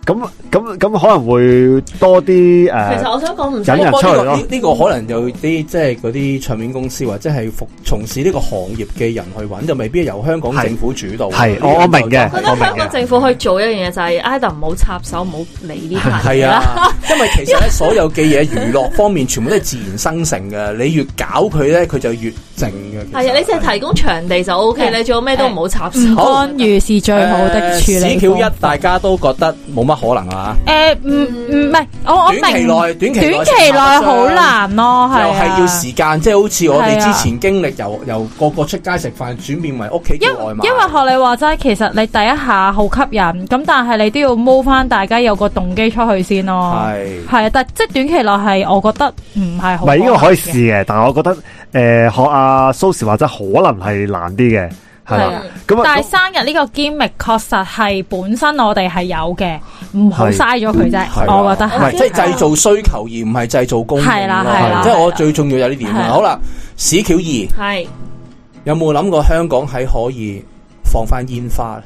Speaker 1: 咁咁咁可能會多啲呃誒。
Speaker 3: 其實我想講唔
Speaker 1: 引人
Speaker 3: 使
Speaker 1: 啊出嚟咯
Speaker 2: 呢呢個可能有啲即係嗰啲唱片公司或者係服從事呢個行業嘅人去揾，就未必由香港
Speaker 1: 係
Speaker 2: 政府主導。啊
Speaker 1: 係
Speaker 2: 呢
Speaker 1: 我
Speaker 2: 樣
Speaker 1: 我明嘅
Speaker 2: 就係
Speaker 3: 我覺得香港政府可以做一樣嘢，就係 either 唔好插手，唔好理呢排
Speaker 2: 系
Speaker 3: 嘢啦。
Speaker 2: 啊，因為其實咧，所有嘅嘢娛樂方面，全部都係自然生成嘅。你越搞佢咧，佢就越靜嘅。 其實
Speaker 3: 係啊，你淨係提供場地就 O K，你做咩都唔好插手。
Speaker 4: 唔干預是最好的處
Speaker 2: 誒
Speaker 4: 理
Speaker 2: 市橋
Speaker 4: 方
Speaker 2: 一，大家都覺得冇乜可能啊啦。
Speaker 4: 誒，唔唔唔係，我我明
Speaker 2: 短期內短期內
Speaker 4: 短期內好難咯，係
Speaker 2: 又
Speaker 4: 啊
Speaker 2: 係要時間，即係好似我哋
Speaker 4: 係啊
Speaker 2: 之前經歷，由由個個出街食飯轉變為屋企
Speaker 4: 因
Speaker 2: 叫外賣。
Speaker 4: 因為學你話齋，其實你第一下好吸引，咁但係你都要 move 翻大家有個動機出去先咯。
Speaker 2: 係
Speaker 4: 係啊，但即係短期內係，我覺得唔係
Speaker 1: 唔
Speaker 4: 好。
Speaker 1: 係呢個可以試。嘅，但係我覺得誒、呃、學阿蘇時話齋可能係難啲嘅，係
Speaker 4: 係
Speaker 1: 啦
Speaker 4: 啊。
Speaker 1: 咁
Speaker 4: 但
Speaker 1: 啊
Speaker 4: 係，生日呢個 gimmick 確實係本身我哋係有嘅，唔好嘥咗佢
Speaker 1: 嗯
Speaker 4: 啫。
Speaker 2: 係啊
Speaker 4: 我覺得
Speaker 2: 唔係
Speaker 4: 係。
Speaker 2: 即係製造需求而唔係製造供應咯。
Speaker 4: 係啦係
Speaker 3: 啦
Speaker 2: 即係我最重要有呢點
Speaker 4: 係
Speaker 2: 啦。好啦，市橋二
Speaker 3: 係
Speaker 2: 有冇諗過香港喺可以放翻煙花咧？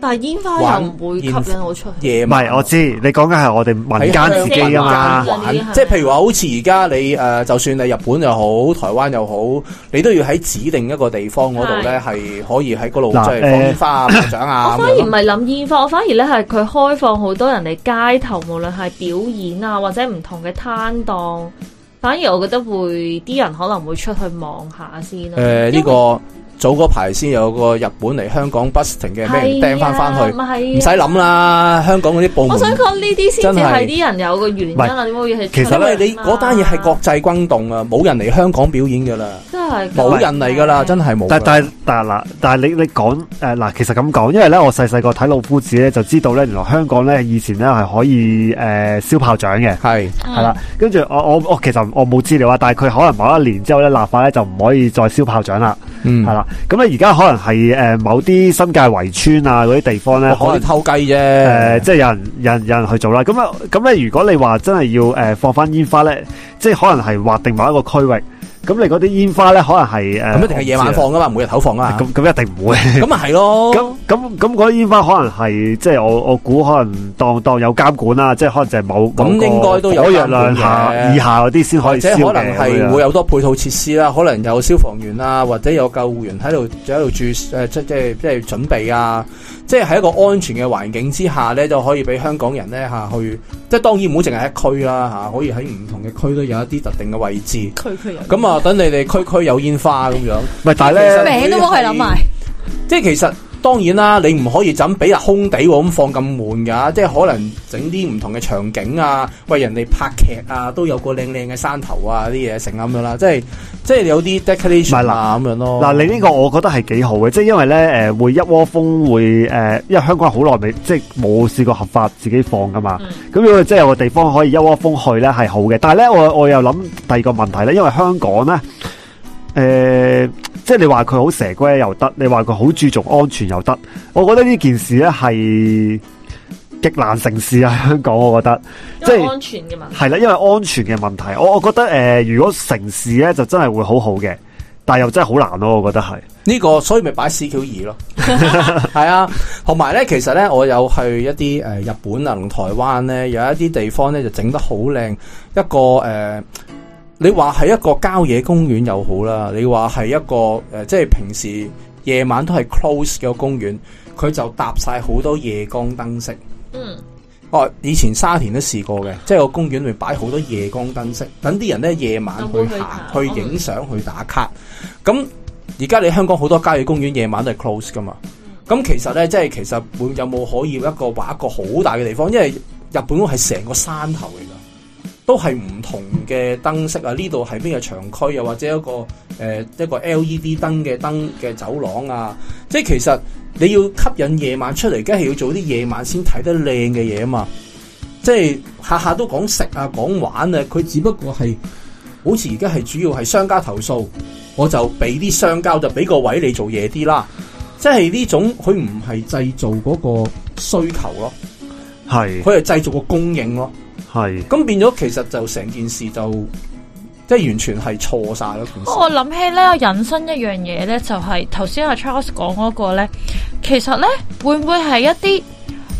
Speaker 3: 但系煙花又唔會吸引我出去。
Speaker 2: 夜
Speaker 1: 唔系，我知你講緊係我哋民間自己啊嘛
Speaker 3: 喺香港，
Speaker 2: 玩即係譬如話，好似而家你誒、呃就算你日本又好，台灣又好，你都要喺指定一個地方嗰度咧，係可以喺嗰度即
Speaker 1: 嗱
Speaker 2: 係放煙花啊、拍掌
Speaker 3: 我
Speaker 2: 啊咁
Speaker 3: 反而
Speaker 2: 樣
Speaker 3: 唔
Speaker 2: 咯。
Speaker 3: 係諗煙花，我反而咧係佢開放好多人嚟街頭，無論係表演啊或者唔同嘅攤檔，反而我覺得會啲人可能會出去望下先
Speaker 2: 誒
Speaker 3: 咯。
Speaker 2: 呢、個早嗰排先有個日本嚟香港 busting 嘅，俾
Speaker 3: 啊
Speaker 2: 人掟翻翻去，
Speaker 3: 去
Speaker 2: 唔使諗啦。香港嗰啲部
Speaker 3: 啊
Speaker 2: 門
Speaker 3: 我想講呢啲先
Speaker 2: 真
Speaker 3: 至係
Speaker 2: 係
Speaker 3: 啲人有個原因啦，點解會係
Speaker 1: 其實
Speaker 3: 出
Speaker 2: 因
Speaker 3: 去啊
Speaker 2: 為你
Speaker 3: 嘛
Speaker 2: 嗰單嘢係國際轟動啊，冇人嚟香港表演噶啦，
Speaker 3: 真係啊
Speaker 2: 冇人嚟噶啦，真係冇㗎。
Speaker 1: 但但但嗱，但系你你講诶嗱，其實咁講，因為咧我細細個睇老夫子咧就知道咧，原來香港咧以前咧係可以诶烧、燒炮仗嘅。
Speaker 2: 係
Speaker 4: 嗯
Speaker 1: 係啦，跟住我我我其實我冇資料啊，但係佢可能某一年之後咧立法咧就唔可以再燒炮仗啦，
Speaker 2: 嗯
Speaker 1: 係啦、咁咧而家可能係诶某啲新界圍村啊嗰啲地方咧，可
Speaker 2: 我哋
Speaker 1: 能
Speaker 2: 偷雞啫。
Speaker 1: 誒、即係有人有人有人去做啦。咁啊，咁咧，如果你話真係要誒、放翻煙花咧，即係可能係劃定某一個區域，咁你嗰啲煙花咧，可能係誒，
Speaker 2: 咁一定係夜晚
Speaker 1: 我唔
Speaker 2: 放噶嘛，每日口放啊哦
Speaker 1: 知啊，。咁咁一定唔會。
Speaker 2: 咁咪係咯。
Speaker 1: 咁咁咁嗰啲煙花可能係即係我我估可能當當有監管啦，即係可能就係某
Speaker 2: 咁
Speaker 1: 某個
Speaker 2: 應該都有
Speaker 1: 火藥
Speaker 2: 監管
Speaker 1: 量下
Speaker 2: 嘅
Speaker 1: 以下嗰啲先可以
Speaker 2: 或者
Speaker 1: 燒
Speaker 2: 可能
Speaker 1: 嘅咁
Speaker 2: 係
Speaker 1: 樣
Speaker 2: 會有多配套設施啦，可能有消防員啊，或者有救護員喺度喺度駐誒，即即係即係準備啊，即係喺一個安全嘅環境之下咧，就可以俾香港人咧嚇去，即係當然唔好淨係一區啦嚇，可以喺唔同嘅區都有一啲特定嘅位置。
Speaker 4: 佢佢有
Speaker 2: 咁啊，等你哋區區有煙花咁樣，
Speaker 1: 唔係，但係
Speaker 2: 其實
Speaker 1: 咧。
Speaker 4: 名都冇佢諗埋，
Speaker 2: 即係其實當然啦，你唔可以就咁俾啊空地喎咁放咁滿㗎，即係可能整啲唔同嘅場景啊，喂人哋拍劇啊，都有個靚靚嘅山頭啊啲嘢成咁樣啦，即係即係有啲
Speaker 1: 唔係
Speaker 2: decoration
Speaker 1: 嗱
Speaker 2: 啊咁樣咯。
Speaker 1: 嗱，你呢個我覺得係幾好嘅，即係因為咧，誒、會一窩蜂會誒、因為香港好耐未即係冇試過合法自己放噶嘛，咁、如果即係有個地方可以一窩蜂去咧係好嘅，但係咧我我又諗第二個問題咧，因為香港咧。誒、即係你話佢好蛇龜又得，你話佢好注重安全又得，我覺得呢件事咧係極難成事啊！香港，我覺得即
Speaker 3: 因為
Speaker 1: 係
Speaker 3: 安全嘅嘛。
Speaker 1: 係啦，因為安全嘅問題，我我覺得誒、呃如果城市咧就真係會好好嘅，但係又真係好難咯，我覺得係。
Speaker 2: 呢個所以咪擺 CQ 二咯，係啊，同埋咧，其實咧，我有去一啲誒、呃日本啊同台灣咧，有一啲地方咧就整得好靚，一個誒、呃你話係一個郊野公園又好啦，你話係一個誒、呃即係平時夜晚都係 close 嘅公園，佢就搭晒好多夜光燈飾。
Speaker 3: 嗯，
Speaker 2: 哦，以前沙田都試過嘅，即係個公園裏擺好多夜光燈飾，等啲人咧夜晚去行、哦
Speaker 3: 就會
Speaker 2: 去
Speaker 3: 去行
Speaker 2: 影相、去打卡。咁而家你香港好多郊野公園夜晚都係 close 噶嘛？咁其實咧，即係其實會有冇可以一個畫一個好大嘅地方？因為日本係成個山頭嚟㗎，都係唔同嘅燈飾啊！呢度係邊個長區，啊又或者一個誒、呃一個 LED 燈嘅燈嘅走廊啊，即係其實。你要吸引夜晚出嚟，梗係要做啲夜晚先睇得靚嘅嘢啊嘛。即係下下都講食啊，講玩啊，佢只不過係好似而家係主要係商家投訴，我就俾啲商家就俾個位你做夜啲啦。即係呢種佢唔係製造嗰個需求咯，
Speaker 1: 系
Speaker 2: 佢係製造個供應咯。
Speaker 1: 系
Speaker 2: 咁變咗其實就成件事就即係完全係錯晒咯。件
Speaker 4: 不
Speaker 2: 事
Speaker 4: 過我諗起咧，我引申一樣嘢咧，就係頭先阿 Charles 講嗰個咧，其實咧會唔會係一啲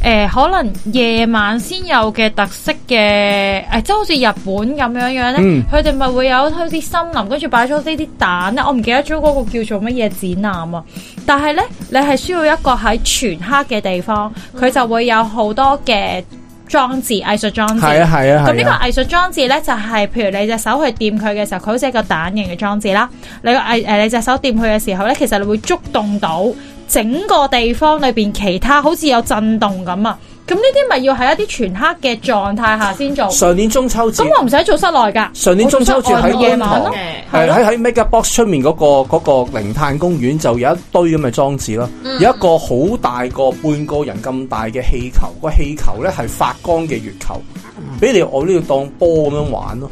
Speaker 4: 诶、呃可能夜晚先有嘅特色嘅诶、呃即係好似日本咁樣樣咧
Speaker 2: 嗯，
Speaker 4: 佢哋咪會有好似森林，跟住擺咗呢啲蛋啊咧，我唔記得咗嗰個叫做乜嘢展覽啊。但係咧，你係需要一個喺全黑嘅地方，佢就會有好多嘅裝置、藝術裝置。
Speaker 2: 係啊係啊
Speaker 4: 咁呢
Speaker 2: 係
Speaker 4: 個
Speaker 2: 啊，
Speaker 4: 藝術裝置咧，就係、譬如你隻手去掂佢嘅時候，佢好似一個蛋形嘅裝置啦。你個藝誒你隻手掂佢嘅時候咧，其實你會觸動到整個地方裏邊其他好似有震動咁啊。咁呢啲咪要喺一啲全黑嘅狀態下先做。
Speaker 2: 上年中秋節
Speaker 4: 咁。我唔使做室內㗎。
Speaker 2: 上年中秋節喺
Speaker 4: 我做室
Speaker 2: 觀
Speaker 4: 外夜晚
Speaker 2: 塘
Speaker 4: 咯。
Speaker 3: 嘅
Speaker 2: 係喺喺 Mega Box 出面嗰、個嗰、個靈探公園就有一堆咁嘅裝置啦，
Speaker 3: 嗯
Speaker 2: 有一個好大個半個人咁大嘅氣球，個氣球咧係發光嘅月球，俾你我呢度當波咁樣玩咯。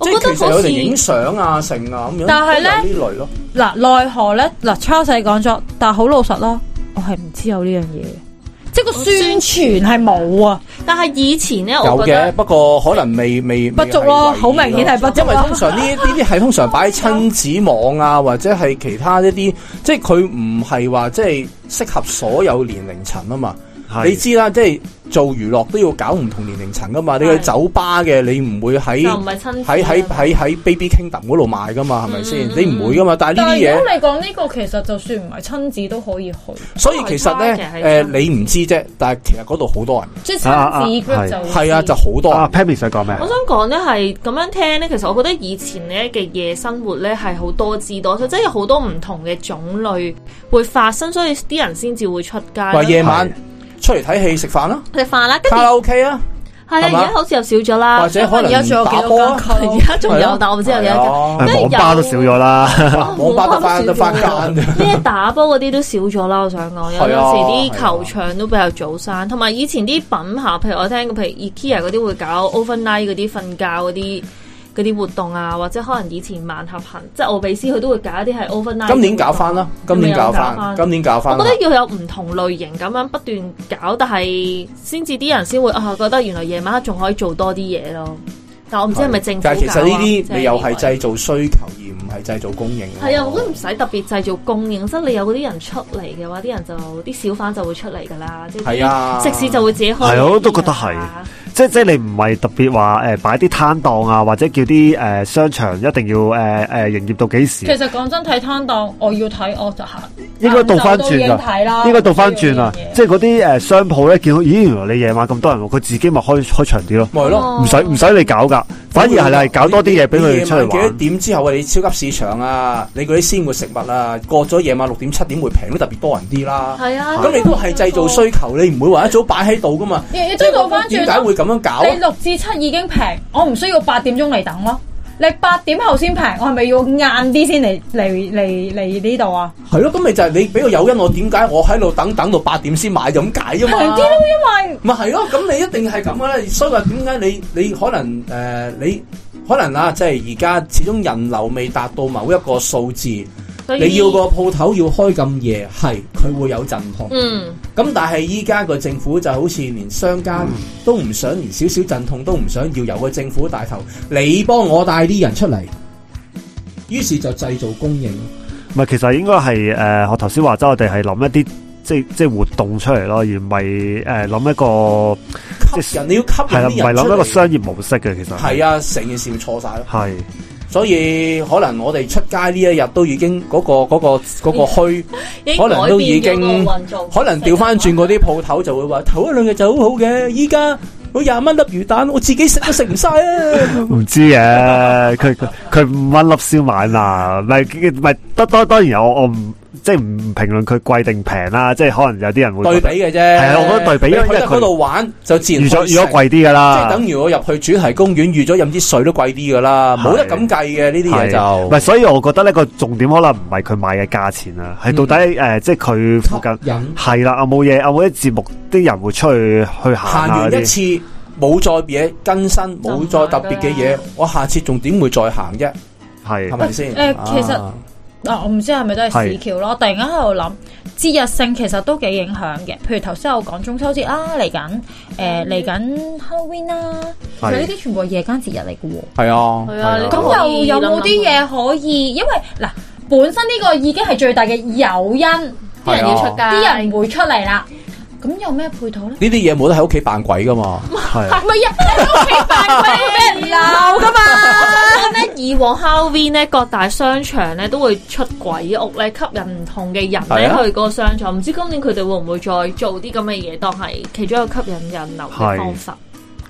Speaker 3: 我
Speaker 2: 即
Speaker 3: 覺
Speaker 2: 係
Speaker 3: 得
Speaker 2: 其實有
Speaker 3: 好
Speaker 2: 哋
Speaker 3: 似
Speaker 2: 影相啊、成啊咁樣，
Speaker 4: 但係呢
Speaker 2: 都有呢類咯，
Speaker 4: 嗱，奈何咧，嗱，Charles 講咗，但係好老實咯，我係唔知有呢樣嘢嘅，即係個宣傳係冇啊，
Speaker 3: 但係以前咧，
Speaker 2: 有
Speaker 3: 哦我覺
Speaker 2: 嘅，
Speaker 3: 得
Speaker 2: 不過可能未未
Speaker 4: 不足咯，好明顯係不足
Speaker 2: 因為
Speaker 4: 咯
Speaker 2: 通。常呢呢啲係通常擺喺親子網啊，或者係其他一啲，即係佢唔係話即係適合所有年齡層啊嘛。
Speaker 1: 係
Speaker 2: 你知啦，即係做娛樂都要搞唔同年齡層噶嘛。你去
Speaker 3: 係
Speaker 2: 酒吧嘅，你唔會喺
Speaker 3: 就唔係親子
Speaker 2: 喺喺
Speaker 3: 啊嘛
Speaker 2: 喺喺 Baby Kingdom 嗰度賣噶嘛，係咪先
Speaker 3: 嗯？
Speaker 2: 你唔會噶嘛。但係呢
Speaker 4: 但
Speaker 2: 啲
Speaker 4: 係如
Speaker 2: 嘢
Speaker 4: 果。你講呢個，其實就算唔係親子都可以去，
Speaker 2: 所以其實咧，誒、
Speaker 3: 都係差嘅係差
Speaker 2: 你唔知啫，但係其實嗰度好多人
Speaker 4: 即係
Speaker 1: 啊啊
Speaker 4: 親子 group
Speaker 1: 係
Speaker 4: 就
Speaker 2: 嘅，係啊，就好多人
Speaker 1: 啊 Pammy 想講咩？
Speaker 3: 我想講咧係咁樣聽咧，其實我覺得以前咧嘅夜生活咧係好多姿多彩，即係有好多唔同嘅種類會發生，所以啲人先至會出街啦。
Speaker 2: 話夜晚出嚟睇戲食飯
Speaker 1: 嗯
Speaker 2: 啦，
Speaker 3: 食飯啦，跟住
Speaker 2: 卡拉 OK 啊，
Speaker 3: 係
Speaker 2: 係
Speaker 3: 啦，而
Speaker 2: 嘛
Speaker 3: 家好似又少咗啦，
Speaker 2: 或者可能
Speaker 4: 而家仲有幾
Speaker 2: 打
Speaker 4: 多
Speaker 2: 波啊
Speaker 4: 間，
Speaker 3: 而家仲
Speaker 2: 係
Speaker 3: 有
Speaker 2: 啊，
Speaker 3: 但我唔知有幾多間。
Speaker 2: 係啊
Speaker 3: 跟住
Speaker 1: 誒網吧都少咗啦，
Speaker 3: 啊
Speaker 2: 網吧得翻得翻 間啫。
Speaker 3: 咩打波嗰啲都少咗啦，我想講有
Speaker 2: 係啊
Speaker 3: 陣時啲球場都比較早閂，同埋以前啲品牌，譬如我聽過，譬如 IKEA 嗰啲會搞 overnight 嗰啲瞓覺嗰啲嗰啲活動啊，或者可能以前萬合行，即係奧比斯佢都會搞一啲係 overnight。啊
Speaker 2: 今年搞翻啦，
Speaker 1: 嗯
Speaker 2: 今年搞翻，今年啊搞
Speaker 3: 我
Speaker 2: 翻
Speaker 3: 覺。得要有唔同類型咁樣不斷搞，但係先至啲人先會啊覺得原來夜晚黑仲可以做多啲嘢咯。但我唔知係咪政府搞啊
Speaker 2: 但係其實呢啲你又係。
Speaker 3: 即係呢
Speaker 2: 製造需求而唔係製造供應。
Speaker 3: 係啊，我覺得唔使特別製造供應，即係你有嗰啲人出嚟嘅話，啲人就啲小販就會出嚟㗎啦，即係
Speaker 2: 係啊，
Speaker 3: 食肆就會自己開。
Speaker 1: 係我都覺得係即即係你唔係特別話誒擺啲攤檔啊，或者叫啲誒、呃商場一定要誒誒、呃呃營業到幾時
Speaker 4: 其？實講真睇攤檔，我要睇我就行，
Speaker 1: 應該倒翻轉
Speaker 4: 晏晝都已經睇啦
Speaker 1: 㗎，應該倒翻轉啊
Speaker 4: 呢樣！嘢
Speaker 1: 即係嗰啲誒商鋪咧，見到咦原來你夜晚咁多人喎，佢自己咪開開長啲咯，
Speaker 2: 咪係咯。
Speaker 1: 唔使唔使你搞㗎，反而係你係搞多啲嘢俾佢哋出嚟
Speaker 2: 你夜晚
Speaker 1: 玩
Speaker 2: 幾。點之後啊？你超級市場啊，你嗰啲鮮活食物啊，過咗夜晚六點七點會平都特別多人啲啦。
Speaker 3: 係啊，
Speaker 2: 咁你都係製造需求，你唔會話一早擺喺度噶嘛？
Speaker 4: 亦都倒翻轉
Speaker 2: 點解
Speaker 4: 咯。
Speaker 2: 會咁樣搞啊？
Speaker 4: 你六至七已經平，我唔需要八點鐘嚟等咯。你八點後先平，我係咪要晏啲先嚟嚟嚟嚟呢度啊？
Speaker 2: 係咯，咁咪就係你俾個誘因我，點解我喺度等等到八點先買就咁解啫
Speaker 4: 平
Speaker 2: 嘛？
Speaker 4: 啲咯，因為
Speaker 2: 咪係咯，咁你一定係咁噶啦。所以話點解你你可能誒、呃你可能啊，即係而家始終人流未達到某一個數字，
Speaker 3: 所以
Speaker 2: 你要個鋪頭要開咁夜，係佢會有陣痛。
Speaker 3: 嗯
Speaker 2: 咁但係依家個政府就好似連商家
Speaker 1: 嗯
Speaker 2: 都唔想，連少少陣痛都唔想要，由個政府帶頭，你幫我帶啲人出嚟，於是就製造供應。
Speaker 1: 唔係，其實應該係誒，我頭先話齋，我哋係諗一啲即係即係活動出嚟咯，而唔係誒諗一個
Speaker 2: 吸引你要吸引
Speaker 1: 係啦，唔
Speaker 2: 啲
Speaker 1: 係
Speaker 2: 人出
Speaker 1: 諗一個
Speaker 2: 嚟。
Speaker 1: 商業模式嘅，其實
Speaker 2: 係啊，成件事會錯晒咯。
Speaker 1: 係
Speaker 2: 所以可能我哋出街呢一日都已經嗰、個嗰、個嗰、個虛，
Speaker 3: 已經
Speaker 2: 可能都已經
Speaker 3: 改變咗個運作
Speaker 2: 可能調翻轉嗰
Speaker 3: 啊
Speaker 2: 啲鋪頭就會話頭一兩日就好好嘅，依家我廿蚊粒魚蛋，我自己食都食唔晒啊！
Speaker 1: 唔知嘅，佢 佢佢五蚊粒燒賣嘛，唔係唔係，當當當然我我唔即係唔評論佢貴定平啦，即係可能有啲人會
Speaker 2: 對
Speaker 1: 覺
Speaker 2: 比
Speaker 1: 得
Speaker 2: 嘅啫，
Speaker 1: 係啊我覺得對比因為
Speaker 2: 你去得嗰度玩就自然
Speaker 1: 預咗
Speaker 2: 去
Speaker 1: 預咗貴啲啊
Speaker 2: 食
Speaker 1: 噶
Speaker 2: 即係
Speaker 1: 啦，
Speaker 2: 等於我入去主題公園預咗飲支水都貴啲噶啦，
Speaker 1: 係
Speaker 2: 冇得咁計嘅呢啲嘢
Speaker 1: 係唔
Speaker 2: 就
Speaker 1: 係，所以我覺得呢個重點可能唔係佢買嘅價錢啊，係到底誒
Speaker 2: 嗯
Speaker 1: 即係佢附近。
Speaker 2: 吸引。
Speaker 1: 係啦，我冇嘢，我冇啲節目，啲人會出去去行啊
Speaker 2: 行
Speaker 1: 下嗰
Speaker 2: 完一
Speaker 1: 啲。
Speaker 2: 次冇再嘢更新，冇再特別嘅嘢，我下次仲點會再行啫？係
Speaker 1: 係
Speaker 2: 咪先？
Speaker 3: 呃
Speaker 4: 誒其實
Speaker 2: 啊
Speaker 4: 嗱，我唔知係咪都係市橋咯。突然間喺度諗，節日性其實都幾影響嘅。譬如頭先我講中秋節啦，嚟緊誒嚟緊 Halloween 啦，其實呢啲全部係夜間節日嚟嘅喎。
Speaker 2: 係啊，
Speaker 3: 係啊你
Speaker 4: 咁又有冇啲嘢可以？因為嗱，本身呢個已經係最大嘅誘因，
Speaker 2: 啊
Speaker 3: 啲人要出街，
Speaker 4: 啲人唔會出嚟啦。咁有咩配套咧？
Speaker 2: 呢啲嘢冇得喺屋企扮鬼噶嘛？
Speaker 1: 係 啊
Speaker 4: 唔係啊，喺屋企扮鬼會俾人鬧噶啊嘛。
Speaker 3: 咧啊以往 Halloween 咧，各大商場咧都會出鬼屋咧，吸引唔同嘅人
Speaker 2: 係
Speaker 3: 咧
Speaker 2: 啊
Speaker 3: 去嗰個商場。唔知今年佢哋會唔會再做啲咁嘅嘢，當係其中一個吸引人流嘅方法。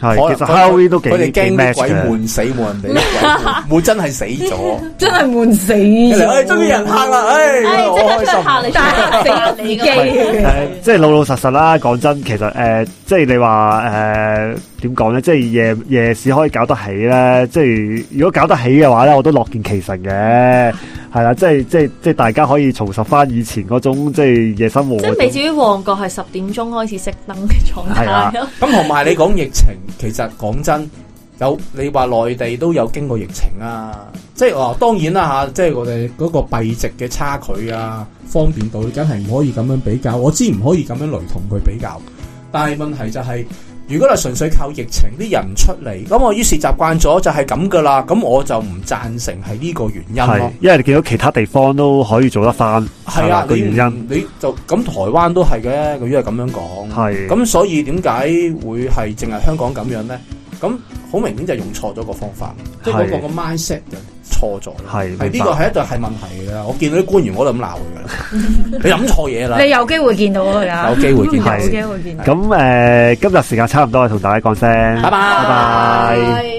Speaker 1: 係，啊其實
Speaker 2: 可能
Speaker 1: Halloween 都幾
Speaker 2: 啊佢哋
Speaker 1: 幾
Speaker 2: 驚啲
Speaker 1: match
Speaker 2: 鬼
Speaker 1: 嘅。
Speaker 2: 悶死冇人哋，啲 鬼悶悶真係死咗。
Speaker 4: 真係悶死
Speaker 2: 唉，哎終於有人嚇啦！唉，
Speaker 3: 唉，
Speaker 2: 好
Speaker 3: 即刻
Speaker 2: 開
Speaker 3: 出去
Speaker 2: 心
Speaker 3: 哎嚇你，
Speaker 4: 但係嚇死自己。
Speaker 1: 誒，即係老老實實啦。講真，其實誒，即係你話誒點講咧？即係夜夜市可以搞得起咧。即係如果搞得起嘅話咧，我都樂見其成嘅。係啦，即係即係即係大家可以重拾翻以前嗰種即係夜生活嗰
Speaker 3: 即
Speaker 1: 種。
Speaker 3: 係未至於旺角係十點鐘開始熄燈嘅狀
Speaker 1: 係啊
Speaker 3: 態咯。
Speaker 2: 咁同埋你講疫情，其實講真，有你話內地都有經過疫情啊，即係哦，當然啦吓，即係我哋嗰個幣值嘅差距啊，方便度梗係唔可以咁樣比較，我知唔可以咁樣雷同佢比較，但係問題就係、如果你純粹靠疫情啲人唔出嚟，咁我於是習慣咗就係咁噶啦，咁我就唔贊成係呢個原因
Speaker 1: 係
Speaker 2: 咯。，
Speaker 1: 因為你見到其他地方都可以做得翻，
Speaker 2: 係
Speaker 1: 啦
Speaker 2: 啊，
Speaker 1: 個
Speaker 2: 你
Speaker 1: 原因
Speaker 2: 唔你就咁台灣都係嘅，佢因為咁樣講。
Speaker 1: 係
Speaker 2: 咁所以點解會係淨係香港咁樣咧？咁好明顯就用錯咗個方法，即係嗰個
Speaker 1: 係
Speaker 2: 個 mindset 就錯咗啦。
Speaker 1: 係
Speaker 2: 係呢
Speaker 1: 明白
Speaker 2: 個係一度係問題㗎啦。我見到啲官員我都咁鬧佢㗎啦，你諗錯嘢啦，
Speaker 4: 你有機會見到佢㗎，
Speaker 2: 有機會見
Speaker 1: 到
Speaker 4: 有機會見到。
Speaker 1: 咁誒、今日時間差唔多，同大家講聲，
Speaker 2: 拜拜
Speaker 1: 拜拜。
Speaker 5: 係。